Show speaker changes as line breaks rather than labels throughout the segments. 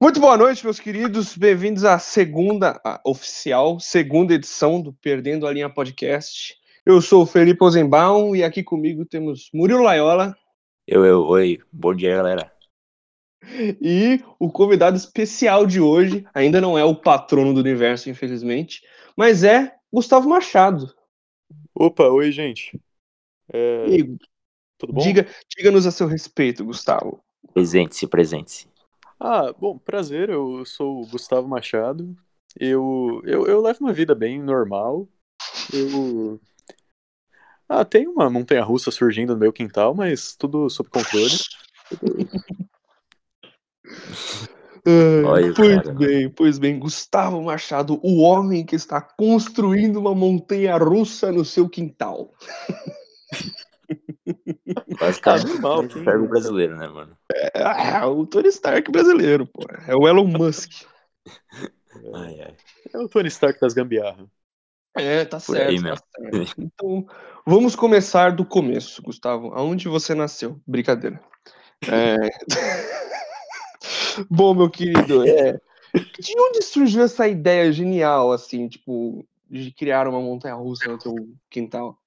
Muito boa noite, meus queridos. Bem-vindos à segunda à oficial, segunda edição do Perdendo a Linha Podcast. Eu sou o Felipe Ozenbaum e aqui comigo temos Murilo Laiola
Eu, eu, oi. Bom dia, galera.
e o convidado especial de hoje. Ainda não é o patrono do universo, infelizmente, mas é Gustavo Machado.
Opa, oi, gente. É,
E aí,
tudo bom?
diga, diga-nos a seu respeito, Gustavo.
Presente-se, presente-se.
Ah, bom, prazer, eu sou o Gustavo Machado. Eu, eu, eu levo uma vida bem normal. Eu. Ah, tem uma montanha-russa surgindo no meu quintal, mas tudo sob controle.
Ai,
Olha o
pois
cara, né?
bem, pois bem, Gustavo Machado, o homem que está construindo uma montanha russa no seu quintal.
Basicamente,
Ah, normal,
o
sim.
ferro brasileiro, né, mano?
É, é o Tony Stark brasileiro, pô. É o Elon Musk.
Ai, ai.
É o Tony Stark das gambiarra.
É, tá
Por
certo,
aí
tá
mesmo.
certo. Então, vamos começar do começo, Gustavo. Aonde você nasceu? Brincadeira. É... Bom, meu querido, é, de onde surgiu essa ideia genial, assim, tipo, de criar uma montanha-russa no teu quintal?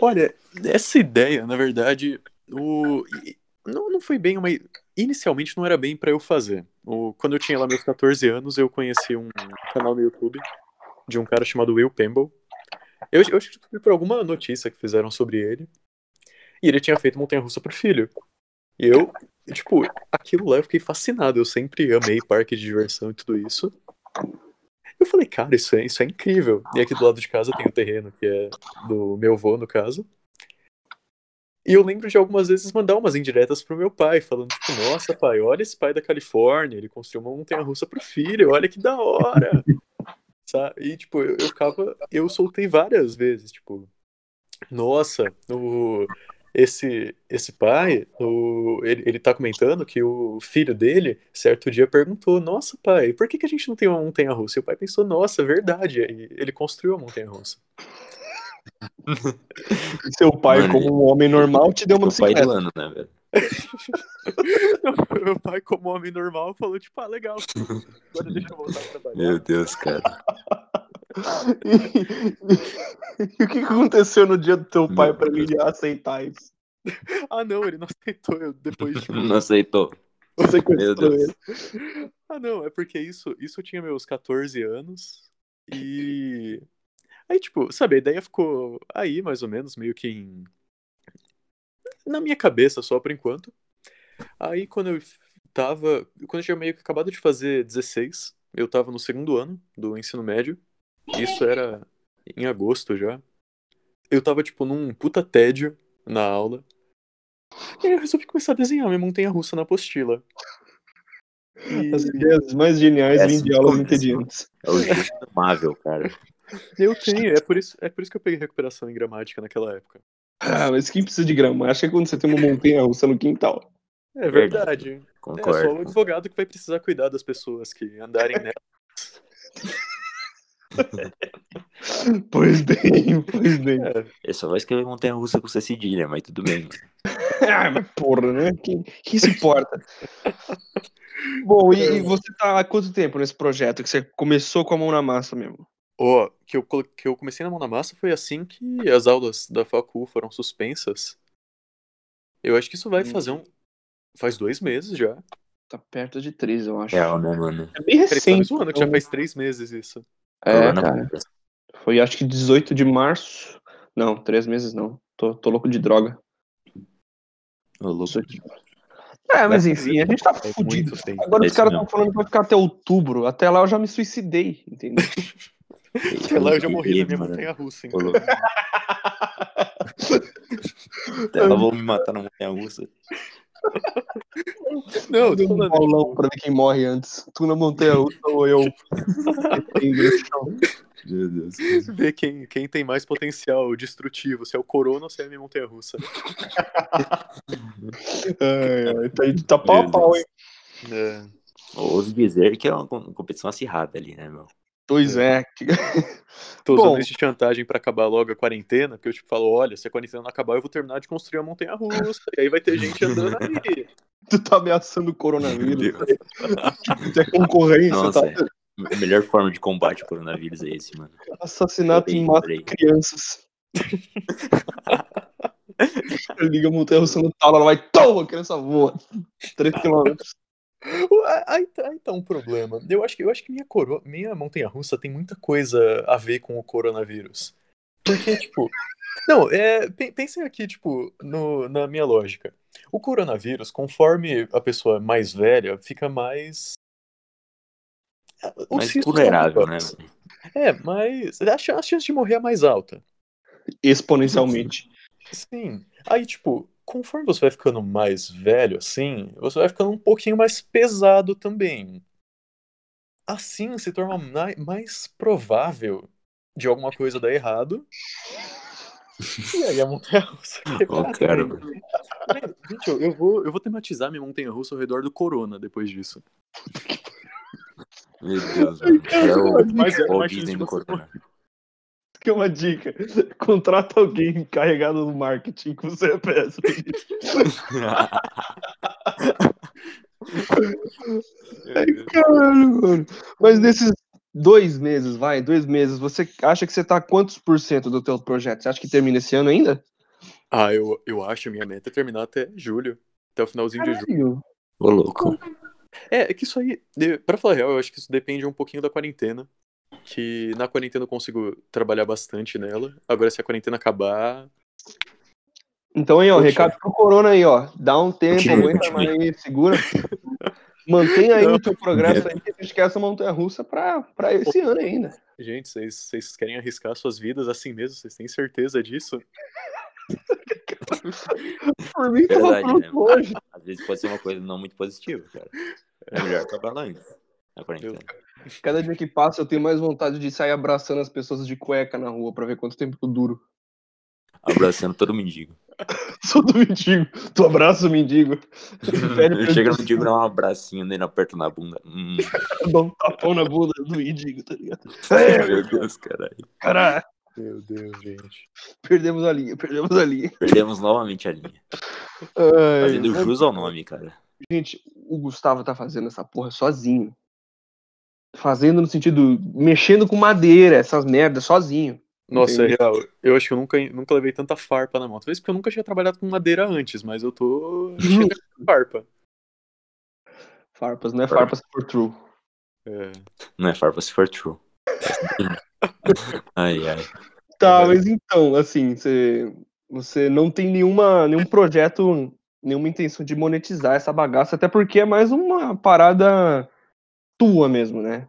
Olha, essa ideia, na verdade, o... e- não, não foi bem uma. Inicialmente não era bem pra eu fazer. O... Quando eu tinha lá meus 14 anos, eu conheci um canal no YouTube de um cara chamado Will Pemble. Eu, eu descobri por alguma notícia que fizeram sobre ele. E ele tinha feito Montanha-Russa pro filho. E eu, tipo, aquilo lá eu fiquei fascinado. Eu sempre amei parque de diversão e tudo isso. Eu falei, cara, isso é, isso é incrível. E aqui do lado de casa tem o terreno, que é do meu avô, no caso. E eu lembro de algumas vezes mandar umas indiretas pro meu pai, falando, tipo, nossa, pai, olha esse pai da Califórnia, ele construiu uma montanha-russa pro filho, olha que da hora! Sabe? E, tipo, eu, eu ficava... Eu soltei várias vezes, tipo, nossa, o... Esse, esse pai, o, ele, ele tá comentando que o filho dele, certo dia, perguntou: Nossa, pai, por que, que a gente não tem uma montanha-russa? E o pai pensou: Nossa, é verdade. E ele construiu a montanha-russa.
Seu pai,
Mano,
como um homem normal, te deu uma
o pai
bicicleta.
do ano, né, velho?
Meu pai, como homem normal, falou, tipo, ah, legal, filho. agora deixa eu voltar a trabalhar.
Meu Deus, cara.
E o que que aconteceu no dia do teu
Meu
pai pra ele
Deus.
aceitar isso?
Ah, não, ele não aceitou, eu depois, tipo,
Não aceitou.
Você
Meu
conquistou
Deus.
ele.
ah, não, é porque isso, isso eu tinha meus 14 anos, e... Aí, tipo, sabe, a ideia ficou aí, mais ou menos, meio que em... na minha cabeça só, por enquanto. Aí, quando eu tava, quando eu tinha meio que acabado de fazer 16, eu tava no segundo ano do ensino médio, isso era em agosto já, eu tava, tipo, num puta tédio na aula. E aí eu resolvi começar a desenhar minha montanha-russa na apostila. E
As ideias mais geniais
É
vêm
assim
de
que
aulas
começa,
entediantes.
É o jeito amável, cara.
eu tenho, é por, isso, é por isso que eu peguei recuperação em gramática naquela época.
Ah, mas quem precisa de gramática é quando você tem uma montanha russa no quintal.
É
Verdade.
verdade. É só o
Concordo.
advogado que vai precisar cuidar das pessoas que andarem nela.
Pois bem, pois bem.
É.
Eu só vou escrever Montanha Russa com C cedilha, mas tudo bem.
Ah, mas porra, né? Quem, quem se importa? Bom, e, e você tá há quanto tempo nesse projeto? Que você começou com a mão na massa mesmo?
Ó, que eu, colo- que eu comecei na mão na massa foi assim que as aulas da facu foram suspensas. Eu acho que isso vai
Hum.
fazer um... Faz dois meses já.
Tá perto de três, eu acho.
Real, né, mano?
É bem
Peraí, você tá me
recente.
zoando que já faz três meses isso.
É,
Corona-
cara. Foi acho que 18 de março. Não, três meses não. Tô, tô louco de droga.
Ô, louco.
18 de março. É, mas enfim, a gente tá
É
fudido.
muito tempo.
Agora
É
os
isso
caras
mesmo.
estão falando que vai ficar até outubro. Até lá eu já me suicidei, entendeu?
Sei lá, eu já morri na
Mano,
minha montanha-russa.
ô,
então.
louco. Ela vou me matar na Montanha Russa.
Não, eu
Deu
tô
um
é
falando,
bolão
tipo,
pra ver quem morre antes. Tu na montanha russa ou eu? Entendeu?
Meu Deus.
ver quem, quem tem mais potencial destrutivo, se é o Corona ou se é a minha montanha-russa.
Ai, ai, tá, aí- tá pau a
Meu
pau,
Deus.
hein?
É.
Ouso dizer que é uma com- competição acirrada ali, né, meu?
Pois é. que-
Tô
Bom.
usando isso de chantagem pra acabar logo a quarentena, porque eu tipo falo, olha, se a quarentena não acabar, eu vou terminar de construir a montanha russa, e aí vai ter gente andando aí.
Tu tá ameaçando o coronavírus.
Meu
Tu é concorrência,
Nossa,
tá?
é. A melhor forma de combate ao coronavírus é esse, mano.
Assassinato e
Adorei,
mata
adorei.
crianças. Liga o interrupção no tal, ela vai, toma, a criança voa. 3 km.
Aí tá, aí tá um problema. Eu acho que, eu acho que minha, coro... minha montanha-russa tem muita coisa a ver com o coronavírus. Porque, tipo... Não, é, pe- pensem aqui, tipo, no- na minha lógica. O coronavírus, conforme a pessoa mais velha, fica mais... é, Os
Mas
riscos são
vulnerável, né?
maiores. É, mas a chan- a chance de morrer é mais alta.
Exponencialmente.
Sim. Aí, tipo, conforme você vai ficando mais velho, assim, você vai ficando um pouquinho mais pesado também. Assim se torna mai- mais provável de alguma coisa dar errado. E aí a montanha-russa quebrar
Ô, cara.
também. Gente, eu, eu vou, eu vou tematizar minha montanha-russa ao redor do corona depois disso.
Meu Deus, mano. É o
Mas é
Walt
mais difícil
Disney
de
do
você
corona.
Que é uma dica. Contrata alguém encarregado do marketing com você é péssimo. Caralho, mano. Mas nesses dois meses, vai, dois meses, você acha que você tá a quantos por cento do teu projeto? Você acha que termina esse ano ainda?
Ah, eu, eu acho, minha meta é terminar até julho. Até o finalzinho de julho.
Caralho.
Ô, louco.
É, é que isso aí, de- pra falar a real, eu acho que isso depende um pouquinho da quarentena. Que na quarentena eu consigo trabalhar bastante nela. Agora, se a quarentena acabar.
Então aí, ó,
Poxa.
recado pro Corona aí, ó. Dá um tempo,
Continue,
aguenta mais aí, segura. Mantenha aí
Não.
o teu progresso aí, que a gente quer essa montanha-russa pra, pra esse ano ainda.
Gente, vocês- vocês querem arriscar suas vidas assim mesmo? Vocês têm certeza disso?
Por mim, tava
Verdade,
pronto
né?
hoje.
Às vezes pode ser uma coisa não muito positiva, cara. É melhor acabar lá antes. Na quarentena.
Cada dia que passa, eu tenho mais vontade de sair abraçando as pessoas de cueca na rua pra ver quanto tempo eu duro.
Abraçando todo mendigo.
Sou do mendigo. Tu abraça o mendigo. Pede pra
Chega no
ele
mendigo, dá um abracinho nele, aperta na bunda. Hum,
Dá um tapão na bunda do mendigo, tá ligado?
meu Deus, caralho.
Caralho,
Meu Deus, gente.
perdemos a linha, perdemos a linha.
Perdemos novamente a linha.
Ai,
Fazendo
mas,
jus ao nome, cara.
gente, o Gustavo tá fazendo essa porra sozinho. Fazendo no sentido, mexendo com madeira, essas merdas, sozinho.
Nossa, é
Entendi.
real. Eu acho que eu nunca, nunca levei tanta farpa na mão. Talvez porque eu nunca tinha trabalhado com madeira antes, mas eu tô. cheio de farpa.
Farpas, não é farpas
Farpas.
for true.
É.
Não é farpas for true. Ai, ai.
Tá, mas então, assim, você, você não tem nenhuma, nenhum projeto, nenhuma intenção de monetizar essa bagaça, até porque é mais uma parada tua mesmo, né?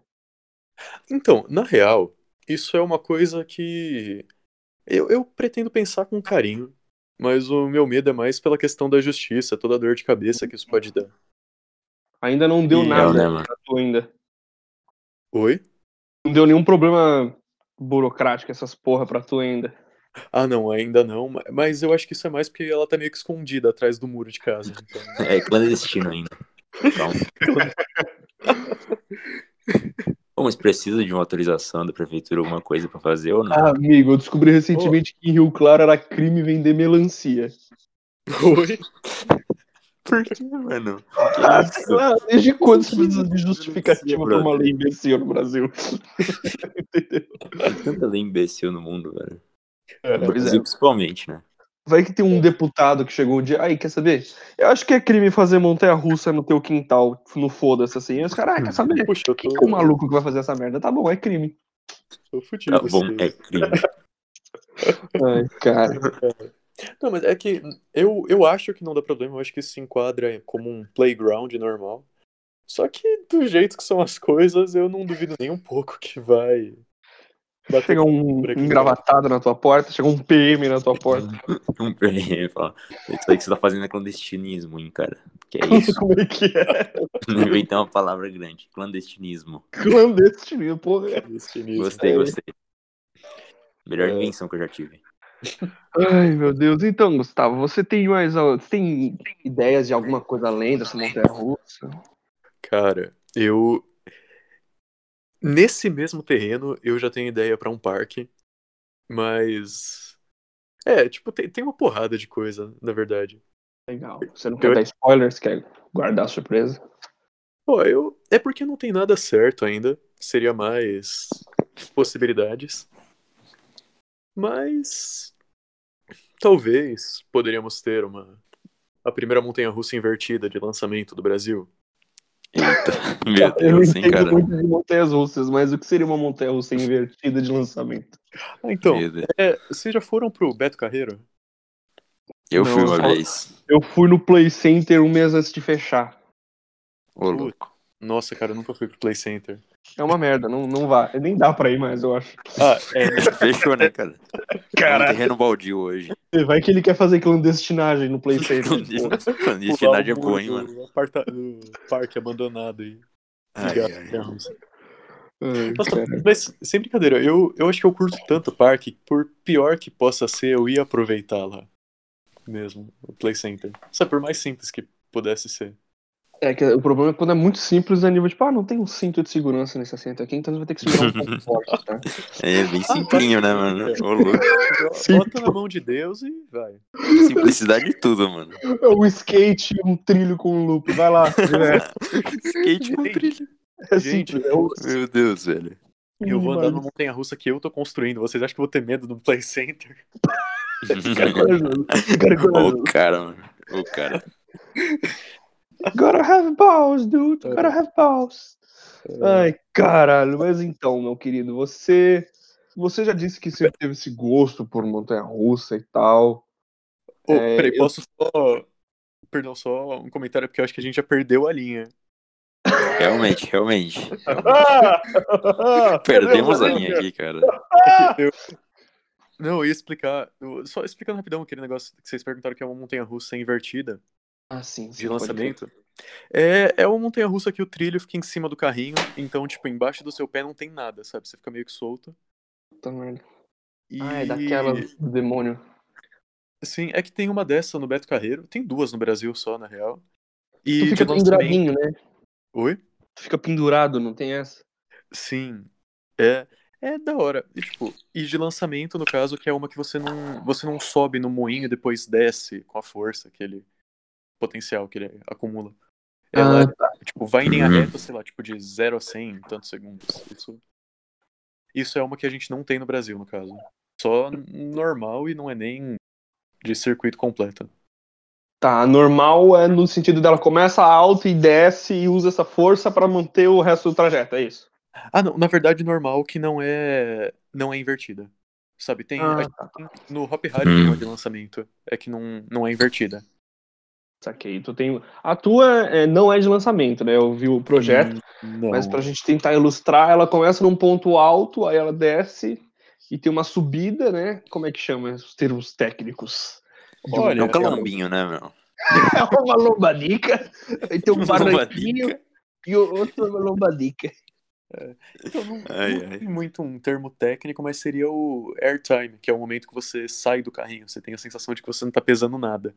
Então, na real, isso é uma coisa que eu, eu pretendo pensar com carinho, mas o meu medo é mais pela questão da justiça, toda a dor de cabeça que isso pode dar.
Ainda não deu
E-
Não,
nada
né, mano?
pra tu ainda.
Oi?
Não deu nenhum problema burocrático essas porra pra tu ainda.
Ah, não, ainda não, ma- mas eu acho que isso é mais porque ela tá meio que escondida atrás do muro de casa. então.
É clandestino ainda. Então, Calma. Bom, mas precisa de uma autorização da prefeitura, alguma coisa pra fazer ou não?
Ah, amigo, eu descobri recentemente que em Rio Claro era crime vender melancia.
Oi?
Por que, mano?
Ah, sei lá, desde quando você
Que
precisa de
melancia,
justificativa pra uma
brother?
lei imbecil no Brasil?
Tem tanta lei imbecil no mundo, velho. No
Pois é.
Brasil, principalmente, né?
Vai que tem um deputado que chegou um dia. Aí, quer saber? Eu acho que é crime fazer montanha russa no teu quintal, no foda-se assim. E os caras,
Hum.
ah, quer saber?
Puxa, eu
Quem que é o
tô,
maluco que vai fazer essa merda? Tá bom, é crime.
tô fudido.
Tá bom,
assim.
é crime.
Ai, cara.
Não, mas é que eu, eu acho que não dá problema, eu acho que isso se enquadra como um playground normal. Só que do jeito que são as coisas, eu não duvido nem um pouco que vai bater.
Chega um engravatado na tua porta, chega um PM na tua porta.
Um PM fala. Isso aí que você tá fazendo é clandestinismo, hein, cara. Que é isso?
Como é que é?
Inventar uma palavra grande. Clandestinismo.
Clandestino, porra.
Gostei, gostei. Melhor
É.
invenção que eu já tive.
Ai, meu Deus. Então, Gustavo, você tem mais. al- Você tem ideias de alguma coisa além dessa montanha russa?
Cara, eu. Nesse mesmo terreno, eu já tenho ideia pra um parque, mas. É, tipo, tem, tem uma porrada de coisa, na verdade.
Legal. Você não
Eu-
quer dar spoilers, quer guardar a surpresa.
Pô, eu... É porque não tem nada certo ainda. Seria mais possibilidades. Mas. Talvez poderíamos ter uma. A primeira montanha russa invertida de lançamento do Brasil.
Eita, meu
eu não
Deus, hein,
entendo
cara.
muito de montanhas russas, mas o que seria uma montanha russa invertida de lançamento?
Ah, então,
Meu Deus.
é, vocês já foram pro Beto Carreiro?
Eu fui
Não,
uma
só-
vez.
Eu fui no Play Center um mês antes de fechar.
Ô, louco.
Nossa, cara, eu nunca fui pro Play Center.
É uma merda, não, não vá. Nem dá pra ir mais, eu acho.
Ah, é.
Fechou, né, cara? É um
Cara,
terreno baldio hoje.
vai que ele quer fazer clandestinagem no Play Center. pô.
Clandestinidade é boa, hein,
Pular o
mano.
muro do aparta- do parque abandonado aí.
Ai,
Obrigado,
ai.
Carlos.
Ai,
Nossa,
cara.
mas sem brincadeira, eu, eu acho que eu curto tanto o parque, por pior que possa ser, eu ia aproveitar lá. Mesmo, o Play Center. Sabe, por mais simples que pudesse ser.
É que o problema é quando é muito simples, é nível tipo, ah, não tem um cinto de segurança nesse assento aqui, então você vai ter que segurar um pouco forte, tá?
É bem simplinho, né, mano? Ô, louco.
Sim.
Bota na mão de Deus e vai.
Simplicidade de tudo, mano.
É um skate, um trilho com um loop, vai lá. É,
Skate com trilho.
é
Gente,
simples, é o
Meu Deus, velho.
Eu vou andar
mínimo,
numa montanha russa que eu tô construindo. Vocês acham que eu vou ter medo do Play Center?
cara, corajoso, cara, corajoso.
Ô, cara, mano. Ô, cara.
Gotta have balls, dude. Gotta have balls. Ai, caralho. Mas então, meu querido, você. Você já disse que sempre teve esse gosto por montanha russa e tal.
Ô,
É,
peraí,
eu-
posso só. Perdão, só um comentário, porque eu acho que a gente já perdeu a linha.
Realmente, realmente.
Ah!
Perdemos a linha aqui, cara.
Não, eu ia explicar. eu- Só explicando rapidão aquele negócio que vocês perguntaram que é uma montanha russa invertida.
Ah, sim, sim,
de
pode
lançamento. É, é uma montanha russa que o trilho fica em cima do carrinho, então, tipo, embaixo do seu pé não tem nada, sabe? Você fica meio que solto.
crer. Puta merda.
E...
Ah, é daquelas do demônio.
Sim, é que tem uma dessa no Beto Carreiro, tem duas no Brasil só, na real. E
Tu fica
de lançamento.
penduradinho, né?
Oi?
Tu fica pendurado, não tem essa?
Sim. É, é da hora. E, tipo, e de lançamento, no caso, que é uma que você não, você não sobe no moinho e depois desce com a força, aquele potencial que ele acumula. Ela, tipo, vai em linha
Uhum.
reta, sei lá, tipo, de 0 a 100 em tantos segundos. Isso, isso é uma que a gente não tem no Brasil, no caso. Só normal e não é nem de circuito completo.
Tá, normal é no sentido dela começa alto e desce e usa essa força pra manter o resto do trajeto, é isso?
Ah, não, na verdade, normal que não é não é invertida. Sabe, tem a
Ah,
gente
tá.
tem- no Hop Hard tem uma de lançamento, é que não, não é invertida.
Saquei. Tu tem... A tua é, não é de lançamento, né? Eu vi o projeto,
Hum, Não.
mas pra gente tentar ilustrar, ela começa num ponto alto, aí ela desce e tem uma subida, né? Como é que chama os termos técnicos? de uma
Olha,
É um
montanha
calambinho, né, meu?
russa? É uma lombadica, aí tem um barranquinho
Lombadica.
e o outro é uma lombadica.
Então, não,
Ai,
não
ai.
tem muito um termo técnico, mas seria o airtime, que é o momento que você sai do carrinho, você tem a sensação de que você não tá pesando nada.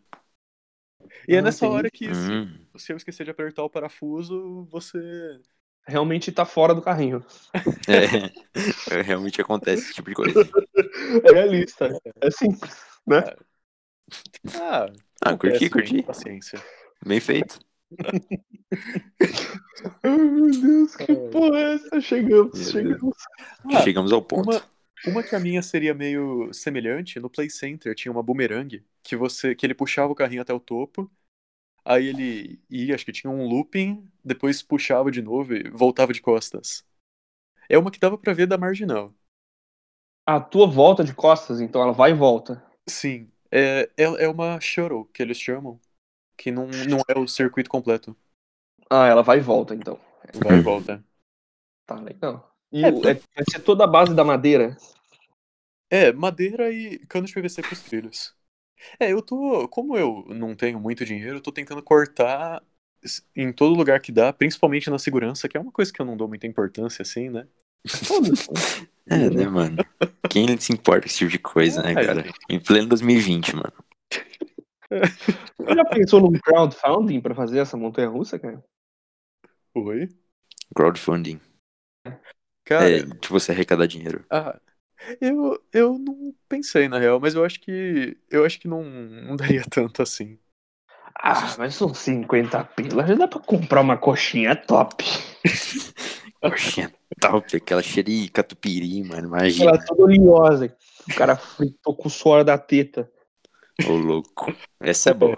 E é
Ah,
nessa
entendi.
hora que se-
Hum.
se eu esquecer de apertar o parafuso, você.
Realmente tá fora do carrinho.
É. Realmente acontece esse tipo de coisa.
É realista. É simples, né?
Ah,
Ah, curti,
acontece,
curti.
gente, Paciência.
Bem feito.
Ai, meu Deus, que
Ai.
porra é essa? Chegamos,
Meu
chegamos.
Ah,
Chegamos ao ponto.
Uma, uma que a minha seria meio semelhante, no Play Center tinha uma boomerang que você que ele puxava o carrinho até o topo, aí ele ia, acho que tinha um looping, depois puxava de novo e voltava de costas. É uma que dava pra ver da marginal.
A tua volta de costas, então, ela vai e volta.
Sim, é, é, é uma shuttle que eles chamam, que não, não é o circuito completo.
Ah, ela vai e volta, então.
Vai e volta.
Tá legal. E
É,
o- é, vai ser toda a base da madeira.
É, madeira e cano de PVC pros trilhos. É, eu tô. Como eu não tenho muito dinheiro, eu tô tentando cortar s- em todo lugar que dá, principalmente na segurança, que é uma coisa que eu não dou muita importância, assim, né?
É, né, mano? Quem se importa com esse tipo de coisa, né,
Ah,
cara? Em pleno 2020, mano.
Você já pensou num crowdfunding pra fazer essa montanha russa, cara?
Oi?
Crowdfunding.
Cara,
É, de você arrecadar dinheiro.
ah, eu, eu não pensei, na real, mas eu acho que. Eu acho que não, não daria tanto assim.
Ah, mas são 50 pila, já dá pra comprar uma coxinha top.
Coxinha é top, aquela cheirinha catupiry, mano, imagina.
Ela é toda oleosa. O cara fritou com o suor da teta.
Ô, louco. Essa é
Tá
boa.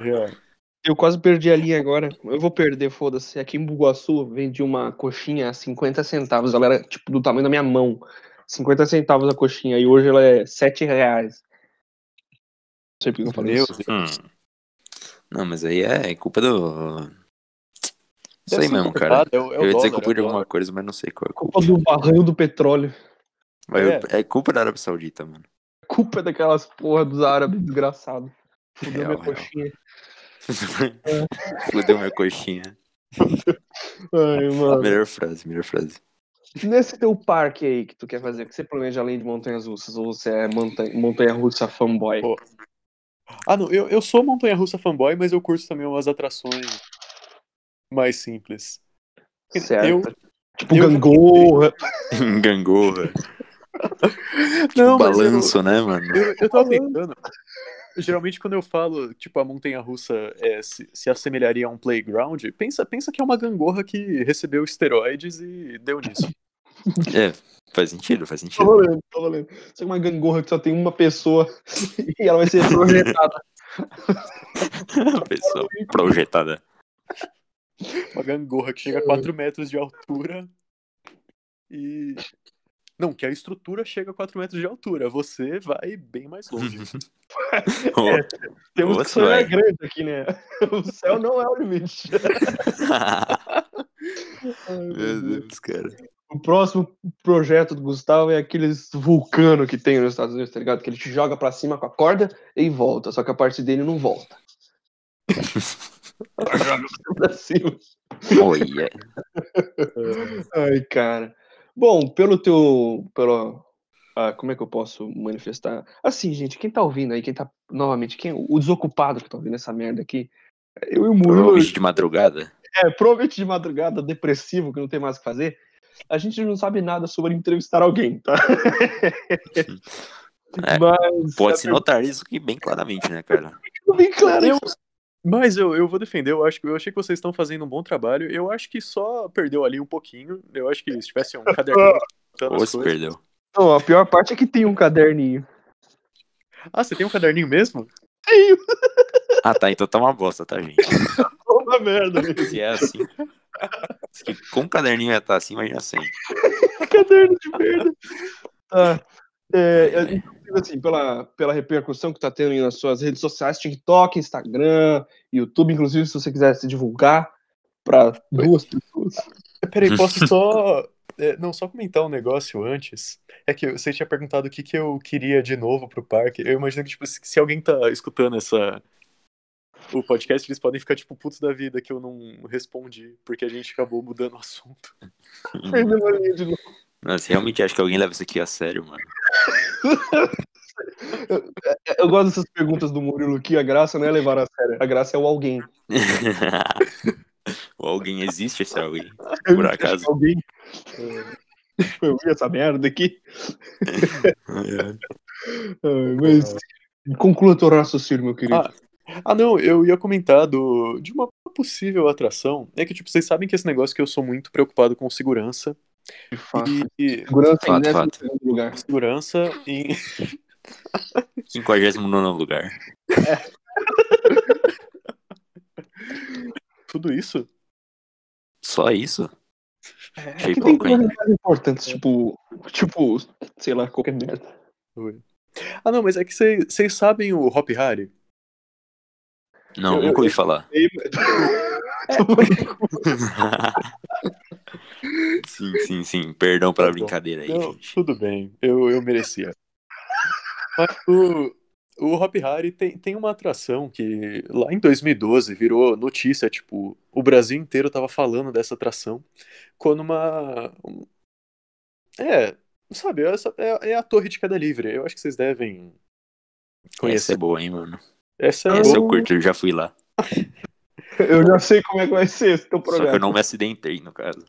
Eu quase perdi a linha agora. Eu vou perder, foda-se. Aqui em Bugaçu vendi uma coxinha a 50 centavos. Ela era tipo do tamanho da minha mão. 50 centavos a coxinha. E hoje ela é 7 reais. Não sei porque eu falei
Meu
isso.
Hum. Não, mas aí é culpa do. Isso
Deve
aí
ser
mesmo, cara.
importado, É, o- é o
Eu ia dizer
dólar,
culpa
é o
de alguma
dólar.
coisa, mas não sei qual é a culpa.
Culpa do barranho do petróleo.
Mas É. culpa da Arábia Saudita, mano.
Culpa é daquelas porra dos árabes desgraçados. Fudeu
Real,
minha
real.
coxinha.
Fudeu minha coxinha.
Ai, mano.
Melhor frase, melhor frase.
Nesse teu parque aí que tu quer fazer, o que você planeja além de montanhas russas? Ou você é montanha, montanha russa fanboy?
Pô. Ah, não, eu, eu sou montanha-russa fanboy, mas eu curto também umas atrações mais simples.
Certo.
Eu,
tipo
eu-
gangorra.
Gangorra.
não, mas eu-
Tipo, balanço, né, mano?
Eu, eu tava tentando. Geralmente, quando eu falo, tipo, a montanha russa é, se, se assemelharia a um playground, pensa, pensa que é uma gangorra que recebeu esteroides e deu nisso.
É, faz sentido, faz
Tô
sentido.
Tá valendo, tô valendo. Você é uma gangorra que só tem uma pessoa e ela vai ser projetada.
Pessoal, projetada.
Uma gangorra que chega a 4 metros de altura e. Não, que a estrutura chega a 4 metros de altura. Você vai bem mais longe.
Ô,
Temos
Nossa,
que sonhar
velho.
grande aqui, né? O céu não é o limite.
Meu Deus, cara.
O próximo projeto do Gustavo é aqueles vulcano que tem nos Estados Unidos, tá ligado? Que ele te joga pra cima com a corda e volta, só que a parte dele não volta. Joga pra cima.
Olha. é
É,
Ai, cara. Bom, pelo teu. Pelo, ah, como é que eu posso manifestar? Assim, gente, quem tá ouvindo aí, quem tá. Novamente, quem, o desocupado que tá ouvindo essa merda aqui. Eu e o Murilo,
Provavelmente um de madrugada.
é, provavelmente de madrugada, depressivo, que não tem mais o que fazer. A gente não sabe nada sobre entrevistar alguém, tá?
É,
Mas.
Pode se notar isso aqui bem claramente, né, cara?
Ficou bem claro.
Eu- Mas eu, eu vou defender, eu acho que eu achei que vocês estão fazendo um bom trabalho. Eu acho que só perdeu ali um pouquinho. Eu acho que se tivesse um caderninho anotando as
Ou se
coisas-
perdeu.
Não, a pior parte é que tem um caderninho.
Ah, você tem um caderninho mesmo?
Tem
Ah, tá, então tá uma bosta, tá, gente?
uma merda. meu.
Se é assim. Se que com o caderninho ia estar assim, imagina sem.
caderno de merda. Tá. É, eu- inclusive, assim, pela, pela repercussão que tá tendo aí nas suas redes sociais, TikTok, Instagram, YouTube, inclusive, se você quiser se divulgar para duas pessoas.
Peraí, posso só. é, não, só comentar um negócio antes. É que você tinha perguntado o que, que eu queria de novo pro parque. Eu imagino que, tipo, se, se alguém tá escutando essa. O podcast, eles podem ficar, tipo, putos da vida que eu não respondi, porque a gente acabou mudando o assunto.
Perdeu a linha de novo.
Nossa, realmente acho que alguém leva isso aqui a sério, mano.
Eu gosto dessas perguntas do Murilo que a graça não é levar a sério, a graça é o alguém.
Ou alguém existe esse alguém. Por acaso.
Alguém. É. Eu vi essa merda aqui. Ai, Mas conclua teu raciocínio, meu querido.
Ah, Ah, não, eu ia comentar do, de uma possível atração. É que, tipo, vocês sabem que esse negócio que eu sou muito preocupado com segurança.
de fato.
E, e
Segurança em
Fato,
décimo
fato.
segundo lugar.
segurança em.
59 lugar.
Tudo isso?
Só isso? Achei
que tem
pouco ainda.
coisas mais importantes, tipo, tipo, sei lá, qualquer merda.
Oi. Ah, não, mas é que vocês vocês sabem o Hop Hari?
Não,
Eu-
nunca ouvi falar. sim, sim, sim. Perdão pela
Tá bom.
brincadeira aí,
Não,
gente.
tudo bem, eu, eu merecia. Mas o, o Hop Hari tem, tem uma atração que lá em 2012 virou notícia, tipo, o Brasil inteiro tava falando dessa atração, quando uma... um- É, sabe, essa é, é a Torre de Queda Livre, eu acho que vocês devem
Essa é
conhecer.
boa, hein, mano.
Essa é
Essa
boa.
eu curto, eu já fui lá.
Eu já sei como é que vai ser esse teu
Só que eu
projeto.
não me acidentei, no caso.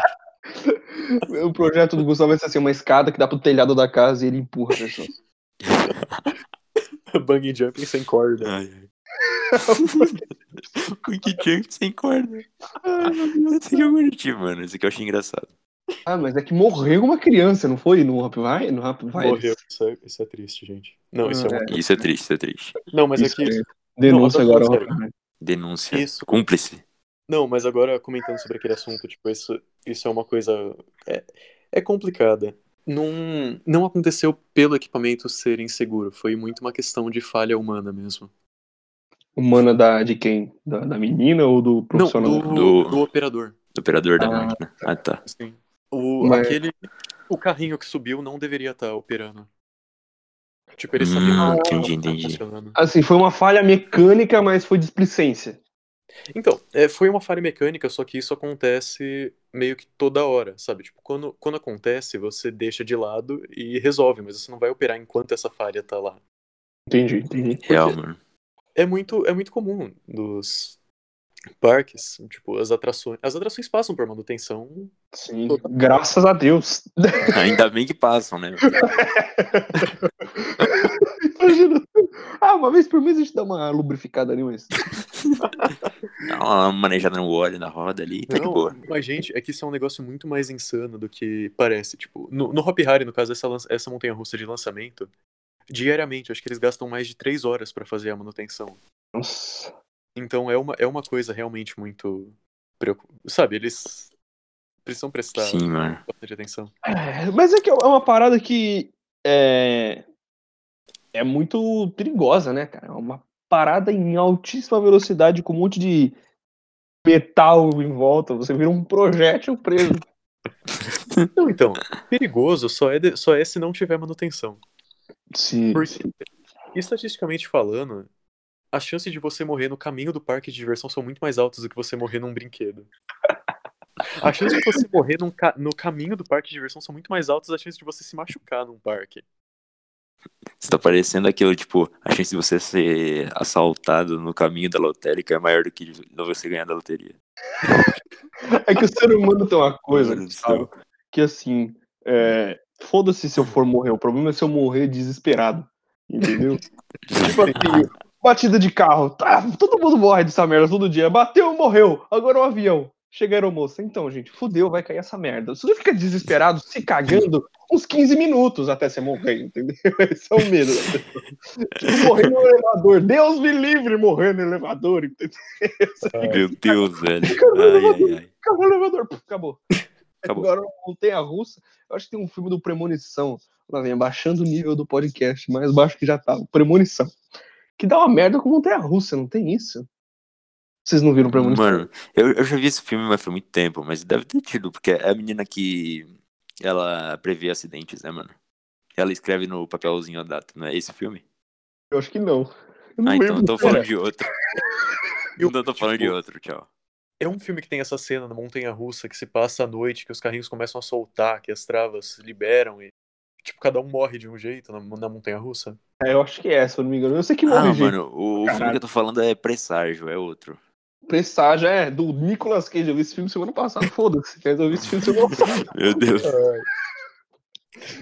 O projeto do Gustavo vai ser assim, uma escada que dá pro telhado da casa e ele empurra a pessoa.
Bungee Jumping sem corda.
Ai, ai. Quick Jump sem corda.
Ai, meu Deus.
Esse aqui eu curti, mano. Esse aqui eu achei engraçado.
Ah, mas é que morreu uma criança, não foi? No Rap Vai? No Rap Ah, Vai?
Morreu. Isso é, isso é triste, gente. Não, isso é,
Ah,
uma-
Isso é triste, isso é é triste.
Não, mas
Isso
aqui.
é. Denúncia
Não, eu tô
agora.
falando
Rap Vai.
Denúncia.
Isso.
Cúmplice.
Não, mas agora comentando sobre aquele assunto, tipo, isso, isso é uma coisa. É, é complicada. Não, não aconteceu pelo equipamento ser inseguro, foi muito uma questão de falha humana mesmo.
Humana da, de quem? Da, da menina ou do
Não,
profissional?
do,
Do-
do operador.
Do operador da
Ah.
máquina. Ah, tá.
Sim. O,
Mas-
aquele, o carrinho que subiu não deveria estar operando. Tipo, ele
Hum,
sabia que
entendi,
não tava
entendi.
funcionando.
Assim, foi uma falha mecânica, mas foi displicência.
Então, é, foi uma falha mecânica, só que isso acontece meio que toda hora, sabe? Tipo, quando, quando acontece, você deixa de lado e resolve, mas você não vai operar enquanto essa falha tá lá.
Entendi, entendi.
Real, mano.
É muito, é muito comum dos parques, tipo, as atrações. As atrações passam por manutenção.
Sim. Graças a Deus.
Ainda bem que passam, né?
Imagina. Ah, uma vez por mês a gente dá uma lubrificada ali, mas.
Dá uma manejada no óleo, na roda ali, tá de
Não,
boa.
mas, gente, é que isso é um negócio muito mais insano do que parece. Tipo, no, no Hop Harry, no caso, essa, lan- essa montanha russa de lançamento, diariamente, acho que eles gastam mais de três horas pra fazer a manutenção.
Nossa.
Então é uma, é uma coisa realmente muito preocupante. Sabe, eles precisam prestar
Sim, mano.
bastante atenção.
É, mas é que é uma parada que é, é muito perigosa, né, cara? É uma parada em altíssima velocidade com um monte de metal em volta. Você vira um projétil preso.
Não, então, perigoso só é, de- só é se não tiver manutenção.
Sim.
Porque, estatisticamente falando, a chance de você morrer no caminho do parque de diversão são muito mais altas do que você morrer num brinquedo. A chance de você morrer num ca- no caminho do parque de diversão são muito mais altas da chance de você se machucar num parque.
Você tá parecendo aquilo, tipo, a chance de você ser assaltado no caminho da lotérica é maior do que de você ganhar da loteria.
É que o ser humano tem uma coisa,
Meu Deus do
Gustavo, que assim, é, foda-se se eu for morrer, o problema é se eu morrer desesperado, entendeu? tipo assim, batida de carro, tá, todo mundo morre dessa merda todo dia, bateu, morreu, agora o avião, chega a aeromoça, então gente, fudeu, vai cair essa merda. Você não fica desesperado, se cagando, uns 15 minutos até você morrer, entendeu? Esse é o medo. da pessoa. Tipo, morrer no elevador, Deus me livre morrer no elevador, entendeu? É,
Meu Deus, velho. Ai, ai, ai.
Acabou o elevador, puf, acabou.
Acabou.
Agora, Montanha Russa, eu acho que tem um filme do Premonição, lá vem, baixando o nível do podcast, mais baixo que já tava, Premonição. Que dá uma merda com Montanha Russa, não tem isso? Vocês não viram Premonição?
Mano, eu, eu já vi esse filme, mas foi muito tempo, mas deve ter tido, porque é a menina que ela prevê acidentes, né, mano? Ela escreve no papelzinho a data, não é esse filme?
Eu acho que não. Eu não
Ah, então eu
lembro.
tô falando de outro.
Eu-
Então eu tô falando de
tipo,
outro, tchau.
É um filme que tem essa cena na montanha russa que se passa à noite, que os carrinhos começam a soltar, que as travas se liberam e. Tipo, cada um morre de um jeito na, na montanha russa.
É, eu acho que é, se eu não me engano. Eu sei que morre,
Ah,
gente.
mano, o, o filme que eu tô falando é Presságio, é outro.
Presságio, é, do Nicolas Cage. Eu vi esse filme semana passada, foda-se. Mas eu vi esse filme
Tipo,
semana passada.
Meu Deus.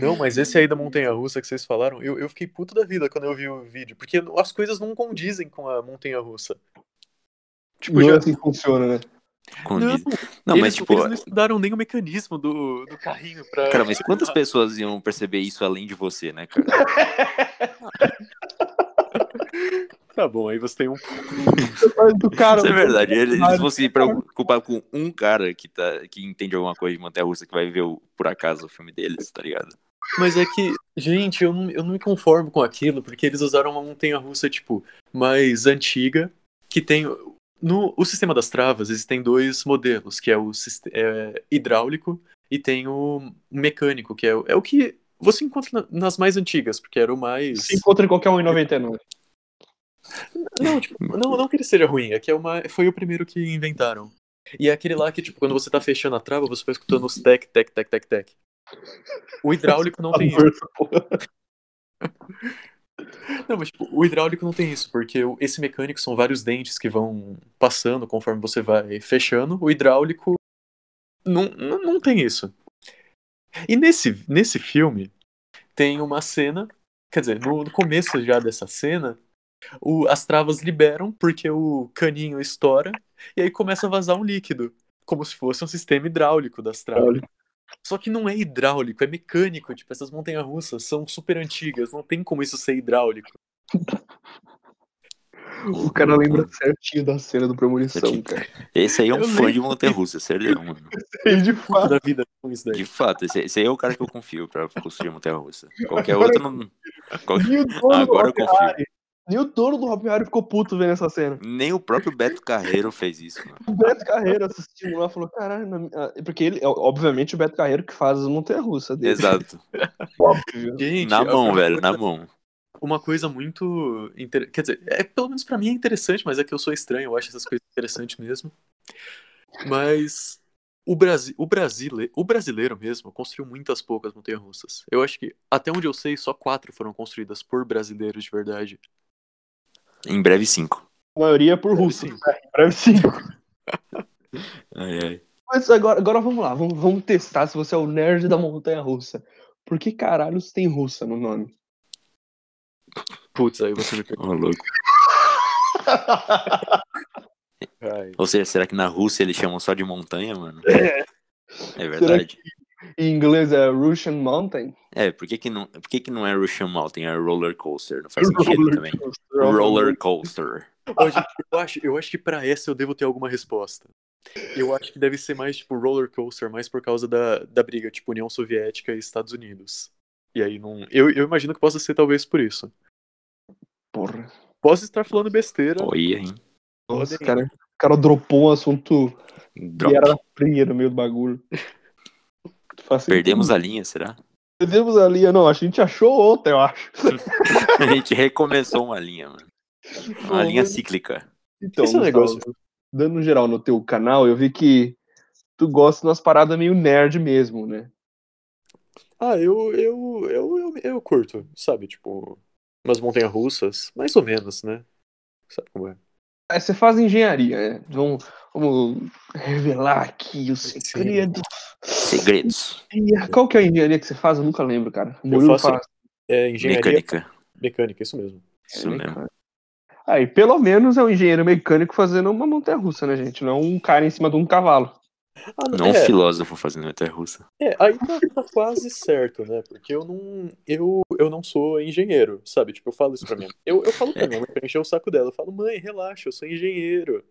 Não, mas esse aí da montanha russa que vocês falaram, eu, eu fiquei puto da vida quando eu vi o vídeo, porque as coisas não condizem com a montanha russa. Tipo,
não é
já.
assim que funciona, né?
com
Não,
isso. Não, mas
eles,
tipo.
eles não estudaram nem o mecanismo do, do carrinho pra.
Cara, mas quantas pessoas iam perceber isso além de você, né, cara?
Tá bom, aí você tem um.
Mas do cara...
Isso é verdade. Eles eles
Mas-
vão se preocupar com um cara que, tá, que entende alguma coisa de Montanha Russa que vai ver, o- por acaso, o filme deles, tá ligado?
Mas é que, gente, eu não, eu não me conformo com aquilo, porque eles usaram uma montanha russa, tipo, mais antiga, que tem. No o sistema das travas, existem dois modelos, que é o sist- é, hidráulico e tem o mecânico, que é, o- é o que você encontra na- nas mais antigas, porque era o mais.
Se encontra em qualquer um em 99.
Não, tipo, não, não que ele seja ruim, é que é uma, foi o primeiro que inventaram. E é aquele lá que, tipo, quando você tá fechando a trava, você vai escutando os tec, tec, tec, tec, tec. O hidráulico
Tá
não tem isso. Não, mas tipo, o hidráulico não tem isso, porque o- esse mecânico são vários dentes que vão passando conforme você vai fechando. O hidráulico não, não, não tem isso. E nesse, nesse filme tem uma cena, quer dizer, no, no começo já dessa cena, o- as travas liberam porque o caninho estoura e aí começa a vazar um líquido, como se fosse um sistema hidráulico das travas. Só que não é hidráulico, é mecânico. Tipo, essas montanhas russas são super antigas, não tem como isso ser hidráulico.
O cara lembra certinho da cena do Premonição,
Certinho.
cara.
Esse aí é um
Eu
fã de Montanha Russa, sério, mano.
Ele de
Puta
fato.
da vida com isso daí.
De fato, esse, esse aí é o cara que eu confio pra construir Montanha Russa. Qualquer
Agora-
outro não. qualquer-
Nem o dono
Agora eu
do
confio.
Hopi Hari- nem o dono do Hop Harry ficou puto vendo essa cena.
Nem o próprio Beto Carreiro fez isso, mano.
O Beto Carreiro assistindo lá falou: caralho, na minha- ah, porque ele, obviamente, o Beto Carreiro que faz as montanhas russas dele.
Exato.
Óbvio.
Gente,
Na
é
mão,
uma
velho,
coisa-
na mão.
Uma coisa muito. inter- Quer dizer, é, pelo menos pra mim é interessante, mas é que eu sou estranho, eu acho essas coisas interessantes mesmo. Mas. O, Brasi... o, brasile... o brasileiro mesmo construiu muitas poucas montanhas russas. Eu acho que, até onde eu sei, só quatro foram construídas por brasileiros de verdade.
Em breve, cinco.
A maioria é por russo. Breve cinco.
Ai, ai.
Mas agora, agora vamos lá, vamos, vamos testar se você é o nerd da montanha russa. Por que caralho tem russa no nome?
Putz, aí você me pegou.
Ô, louco.
Ai.
Ou seja, será que na Rússia eles chamam só de montanha, mano?
É.
É verdade.
Em inglês é Russian Mountain.
É, por que, que, não, por que, que não é Russian Mountain? É roller coaster. Não faz sentido
Roller
também. Roller coaster.
Ó, gente, eu, acho, eu acho que pra essa eu devo ter alguma resposta. Eu acho que deve ser mais tipo roller coaster, mais por causa da, da briga, tipo União Soviética e Estados Unidos. E aí não. Eu, eu imagino que possa ser talvez por isso.
Porra.
Posso estar falando besteira.
Olha, hein?
Nossa,
Podem-
cara, o cara dropou um assunto
Drop.
e era fria no meio do bagulho. Facilitou.
Perdemos a linha, será?
Perdemos a linha, não. A gente achou outra, eu acho.
A gente recomeçou uma linha, mano. Uma linha cíclica.
Então,
Esse é um
Gustavo,
negócio.
Dando um geral no teu canal, eu vi que tu gosta de umas paradas meio nerd mesmo, né?
Ah, eu, eu, eu, eu, eu curto, sabe? Tipo, umas montanhas russas, mais ou menos, né? Sabe como é?
Aí você faz engenharia, né? Vamos, vamos revelar aqui o
Sim.
segredo.
Segredos.
Qual que é a engenharia que você faz? Eu nunca lembro, cara. O
Eu
Murilo
faço
faz.
É engenharia
Mecânica.
mecânica, isso mesmo.
Isso mesmo.
Aí, pelo menos é um engenheiro mecânico fazendo uma montanha russa, né, gente? Não um cara em cima de um cavalo.
Ah,
Não um
é.
filósofo fazendo montanha russa.
É, aí tá, tá quase certo, né? Porque eu não, eu, eu não sou engenheiro, sabe? Tipo, eu falo isso pra minha mãe. Eu, eu falo pra minha mãe pra encher o saco dela. Eu falo, mãe, relaxa, eu sou engenheiro.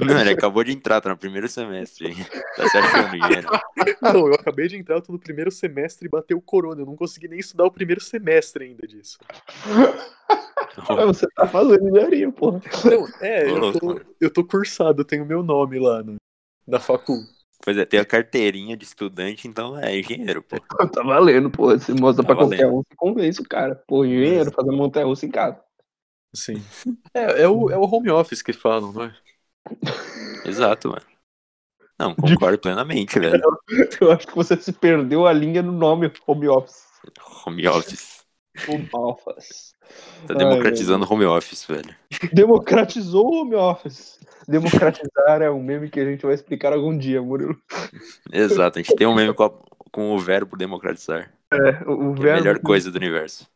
Não, ele acabou de entrar, tá no primeiro semestre. hein? Tá se achando, dinheiro.
Não, eu acabei de entrar, eu tô no primeiro semestre e bateu o corona. Eu não consegui nem estudar o primeiro semestre ainda disso.
Mas você tá fazendo engenharia, porra.
Não, é,
Ô,
eu
louco,
tô,
mano.
eu tô cursado, eu tenho meu nome lá no, na facul.
Pois é, tem a carteirinha de estudante, então é engenheiro, pô.
Tá valendo, porra. Você mostra
Tá
pra qualquer
valendo.
um, você convence o cara. Pô, engenheiro fazendo montanha russa em casa.
Sim. É, é, o, é o home office que falam, não é?
Exato, mano. Não, concordo plenamente, velho.
Eu acho que você se perdeu a linha no nome home office.
Home office.
Home office.
Tá
Ai,
democratizando home office, velho.
Democratizou o home office. Democratizar é um meme que a gente vai explicar algum dia, Murilo.
Exato, a gente tem um meme com, a- com o verbo democratizar.
O, o
Que é a
verbo.
melhor coisa do universo.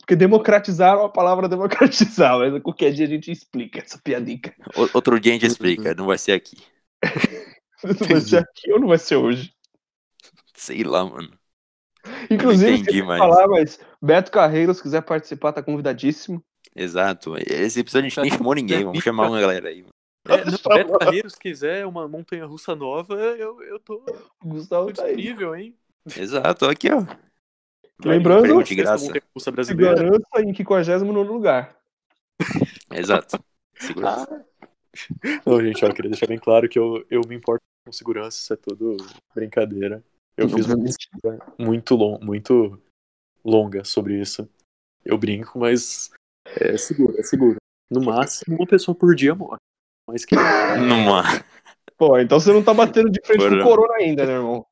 Porque democratizar é uma palavra democratizar, mas qualquer dia a gente explica essa piadica.
O- outro dia a gente explica, não vai ser aqui.
Não vai ser aqui ou não vai ser hoje?
Sei lá, mano.
Inclusive,
entendi
esqueci de
mais.
falar, mas Beto Carreiro, se quiser participar, tá convidadíssimo.
Exato. Esse episódio a gente nem chamou ninguém, vamos chamar uma galera aí.
É, não, Beto Carreiros, se quiser uma montanha russa nova, eu, eu tô,
O Gustavo
tô
tá aí.
disponível, hein?
Exato, aqui, ó.
Lembrando-
Pergunta de
Sexta
graça.
montanha russa
Se
brasileira.
garanta em 59 lugar.
Exato. Segurança.
Não, gente, ó, eu queria deixar bem claro que eu, eu me importo com segurança, isso é tudo brincadeira. Eu fiz uma
Obviamente.
pesquisa muito, long, muito longa sobre isso. Eu brinco, mas é seguro, é seguro. No máximo, uma pessoa por dia morre. Mas que.
Numa
Pô, então você não tá batendo de frente com
Porra.
o Corona ainda, né, irmão?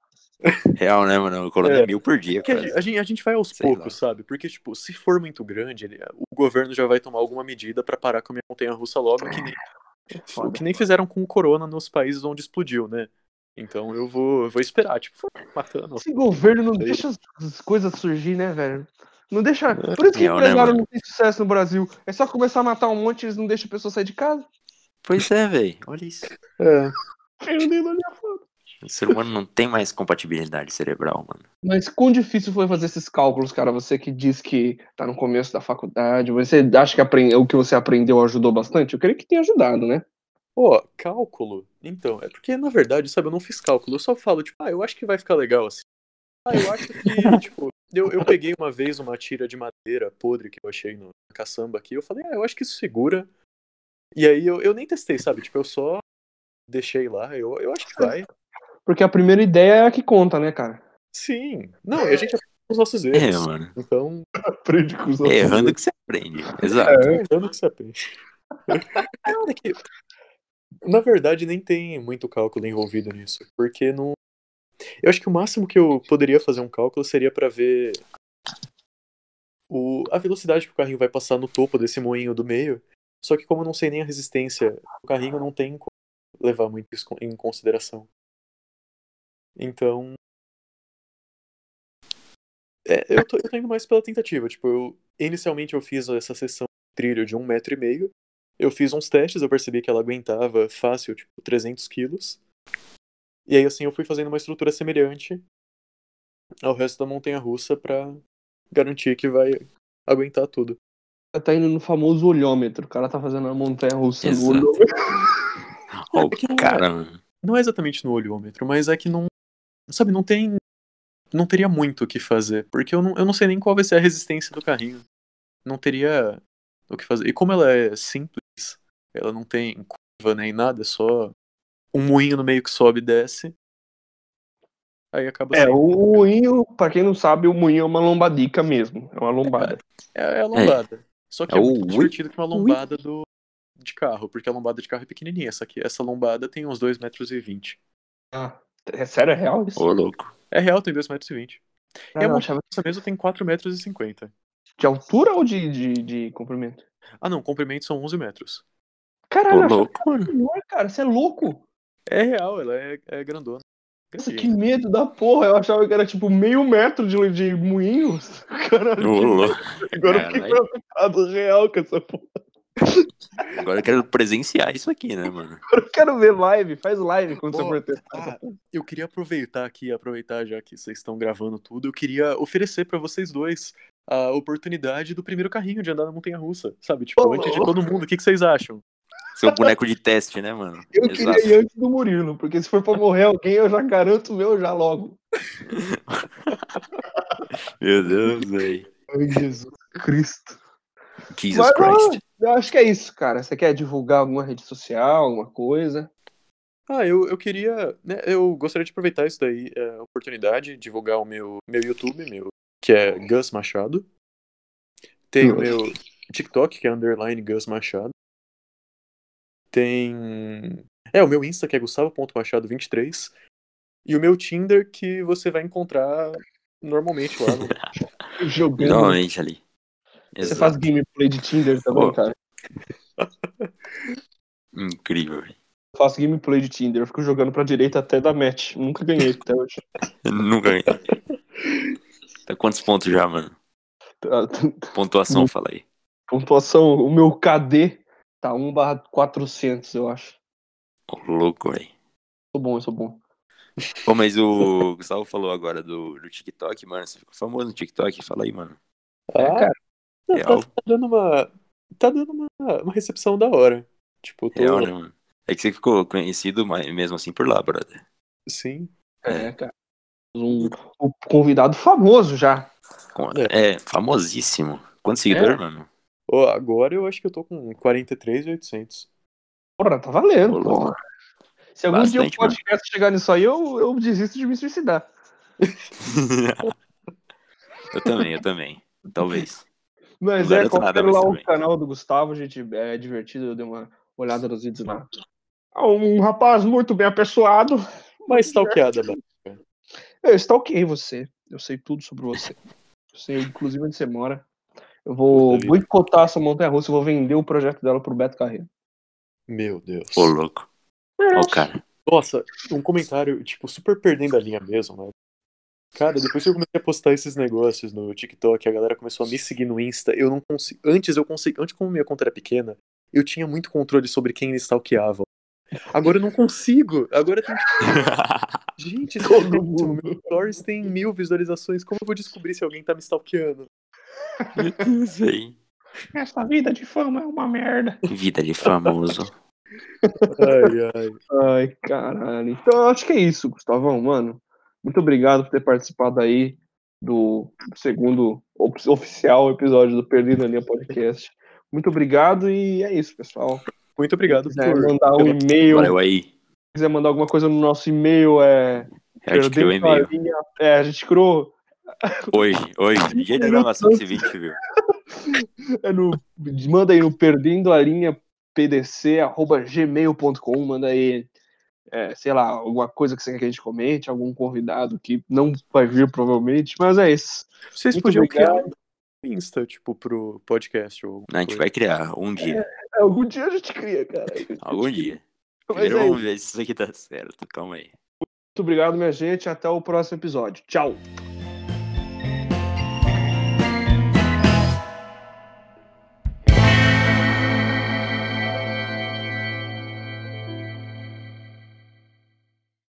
real, né, mano? O corona é,
É.
mil por dia.
Porque a
quase.
gente- a gente, a gente vai aos
Sei
poucos, sabe? Porque, tipo, se for muito grande, ele- o governo já vai tomar alguma medida pra parar com a minha montanha russa logo, que nem,
É
foda.
o que nem fizeram com o corona nos países onde explodiu, né? Então eu vou, vou esperar, tipo, matando.
Esse governo não
É
Sei.
deixa as- as coisas surgir, né, velho?
Não, né,
empresário
mano?
não tem sucesso no Brasil. É só começar a matar um monte, eles não deixam a pessoa sair de casa.
Pois é, velho. Olha isso.
É.
Perdendo ali a foto.
O ser humano não tem mais compatibilidade cerebral, mano.
Mas quão difícil foi fazer esses cálculos, cara? Você que diz que tá no começo da faculdade, você acha que aprende- o que você aprendeu ajudou bastante? Eu creio que tenha ajudado, né?
Ó, cálculo. Então, é porque, na verdade, sabe, eu não fiz cálculo. Eu só falo, tipo, ah, eu acho que vai ficar legal assim. Ah, eu acho que, tipo, eu, eu peguei uma vez uma tira de madeira podre que eu achei no na caçamba aqui. Eu falei, ah, eu acho que isso segura. E aí eu, eu nem testei, sabe? Tipo, eu só deixei lá. Eu, eu acho que vai.
Porque a primeira ideia é a que conta, né, cara?
Sim. Não, e a gente aprende com os nossos
É,
erros.
mano.
Então,
Aprende com os
É
outros.
errando que você aprende. Exato.
é errando que você aprende. Cara, que... Na verdade, nem tem muito cálculo envolvido nisso, porque não. Eu acho que o máximo que eu poderia fazer um cálculo seria pra ver o... a velocidade que o carrinho vai passar no topo desse moinho do meio. Só que como eu não sei nem a resistência, o carrinho não tem como levar muito isso em consideração. Então. É, eu, tô, eu tô indo mais pela tentativa. Tipo, eu inicialmente eu fiz essa sessão de trilho de um metro e meio. Eu fiz uns testes, eu percebi que ela aguentava fácil, tipo, 300 quilos. E aí, assim, eu fui fazendo uma estrutura semelhante ao resto da montanha-russa pra garantir que vai aguentar tudo.
Tá indo no famoso olhômetro. O cara tá fazendo a montanha russa no
Exato.
olhômetro.
Ó, o cara,
um-
mano.
Não é exatamente no olhômetro, mas é que não... Sabe, não tem... Não teria muito o que fazer, porque eu não, eu não sei nem qual vai ser a resistência do carrinho. Não teria o que fazer. E como ela é simples, ela não tem curva nem nada, é só um moinho no meio que sobe e desce. Aí acaba
É,
sendo.
o moinho, pra quem não sabe, o moinho é uma lombadica mesmo. É uma lombada.
É, é a lombada. Só que é,
É o
muito
ui-
divertido que uma lombada do, de carro, porque a lombada de carro é pequenininha. Essa, aqui, essa lombada tem uns 2,20 metros.
Ah, é sério? É real isso?
Ô, louco.
É real, tem 2,20 metros.
Não,
é
não,
uma-
achava
Essa mesa tem 4,50 metros.
De altura ou de, de, de comprimento?
Ah não, comprimento são 11 metros.
Ô,
Caralho, eu achava
louco, mano.
que era menor, cara. Você é louco?
É real, ela é, é grandona.
Nossa,
Grandinha.
que medo da porra. Eu achava que era tipo meio metro de, de moinhos. Caralho,
Ô,
que medo.
louco.
é um-
É,
agora eu fiquei
Caralho.
preocupado real com essa porra.
Agora eu quero presenciar isso aqui, né, mano?
Eu quero ver live. Faz live quando você
Pô,
for testar.
Ah, eu queria aproveitar aqui, aproveitar já que vocês estão gravando tudo, eu queria oferecer pra vocês dois a oportunidade do primeiro carrinho de andar na montanha russa, sabe? Tipo,
Ô,
antes de
louco.
todo mundo, o que, que vocês acham?
Seu boneco de teste, né, mano?
Eu queria ir antes do Murilo, porque se for pra morrer alguém, eu já garanto o meu já logo.
Meu Deus, velho.
Ai, Jesus Cristo.
Jesus
Mas, ó,
Christ.
Eu acho que é isso, cara. Você quer divulgar alguma rede social, alguma coisa?
Ah, eu, eu queria, né, eu gostaria de aproveitar isso daí, é, a oportunidade, divulgar o meu, meu YouTube, meu, que é Gus Machado. Tem o meu TikTok, que é underline Gus Machado. Tem. É, o meu Insta, que é gustavo.machado23. E o meu Tinder, que você vai encontrar normalmente lá. no-
Jogando.
Normalmente ali.
um- você
Exato.
faz gameplay de Tinder também,
Ô.
cara?
Incrível, velho.
Eu faço gameplay de Tinder. Eu fico jogando pra direita até dar match. Nunca ganhei até hoje.
Eu Nunca ganhei. Tá quantos pontos já, mano?
Tá- tá-
Pontuação, fala aí.
Pontuação, o meu KD tá 1 barra 400, eu acho.
Ô, louco, velho.
Sou bom, eu sou bom.
Pô, mas o Gustavo falou agora do, do TikTok, mano. Você ficou famoso no TikTok. Fala aí, mano.
Ah,
É, cara.
não,
É, Real.
tá, tá dando uma. Tá dando uma, uma recepção da hora. Tipo, tô.
Real, né, mano? É que você ficou conhecido mas- mesmo assim por lá, brother.
Sim.
É.
É, cara. Um, um convidado famoso já.
Com-
É.
É, famosíssimo. Quantos seguidores, mano?
Ó, agora eu acho que eu tô com 43,800.
Porra, tá valendo,
Ô,
porra.
louco.
Se algum dia o
Bastante, mano.
podcast chegar nisso aí, eu, eu desisto de me suicidar.
eu também, eu também. Talvez.
Mas
Não
é,
garanto
confere
nada, mas
lá
também.
o canal do Gustavo, gente. É divertido, eu dei uma olhada nos vídeos lá. É Um rapaz muito bem apessoado.
Mas stalkeada, mano.
Eu stalkeei você. Eu sei tudo sobre você. Eu sei, inclusive, onde você mora. Eu vou
Puta vida.
boicotar essa montanha russa, eu vou vender o projeto dela pro Beto Carreiro.
Meu Deus.
Ô, louco. Ó, o cara.
Nossa, um comentário, tipo, super perdendo a linha mesmo, né? Cara, depois que eu comecei a postar esses negócios no TikTok, a galera começou a me seguir no Insta. Eu não consigo. Antes eu consegui. Antes, como minha conta era pequena, eu tinha muito controle sobre quem eles stalkeavam. Agora eu não consigo. Agora tem que. Gente, isso é muito. Meu stories tem mil visualizações. Como eu vou descobrir se alguém tá me stalkeando?
Meu Deus, hein?
Essa vida de fama é uma merda.
Vida de famoso.
Ai, ai.
Ai, caralho. Então eu acho que é isso, Gustavão, mano. Muito obrigado por ter participado aí do segundo op- oficial episódio do Perdido na Linha Podcast. Muito obrigado e é isso, pessoal. Se
Muito obrigado
quiser
por
mandar um
pela-
e-mail, se
Valeu aí.
quiser mandar alguma coisa no nosso e-mail, é.
Eu acho que eu
Perdendo a
e-mail.
linha- É, a gente criou
Hoje, hoje. no Dia de gravação desse vídeo, viu?
É no, manda aí no perdendo a linha pdc arroba gmail.com manda aí é, sei lá alguma coisa que você quer que a gente comente algum convidado que não vai vir provavelmente mas é isso
Vocês
Muito
podiam
obrigado.
criar um Insta, tipo, pro podcast ou
A gente vai criar um dia.
É, algum dia a gente cria cara
Algum dia.
Mas
Primeiro
é isso.
vamos ver se isso aqui tá certo. Calma aí.
muito obrigado minha gente até o próximo episódio tchau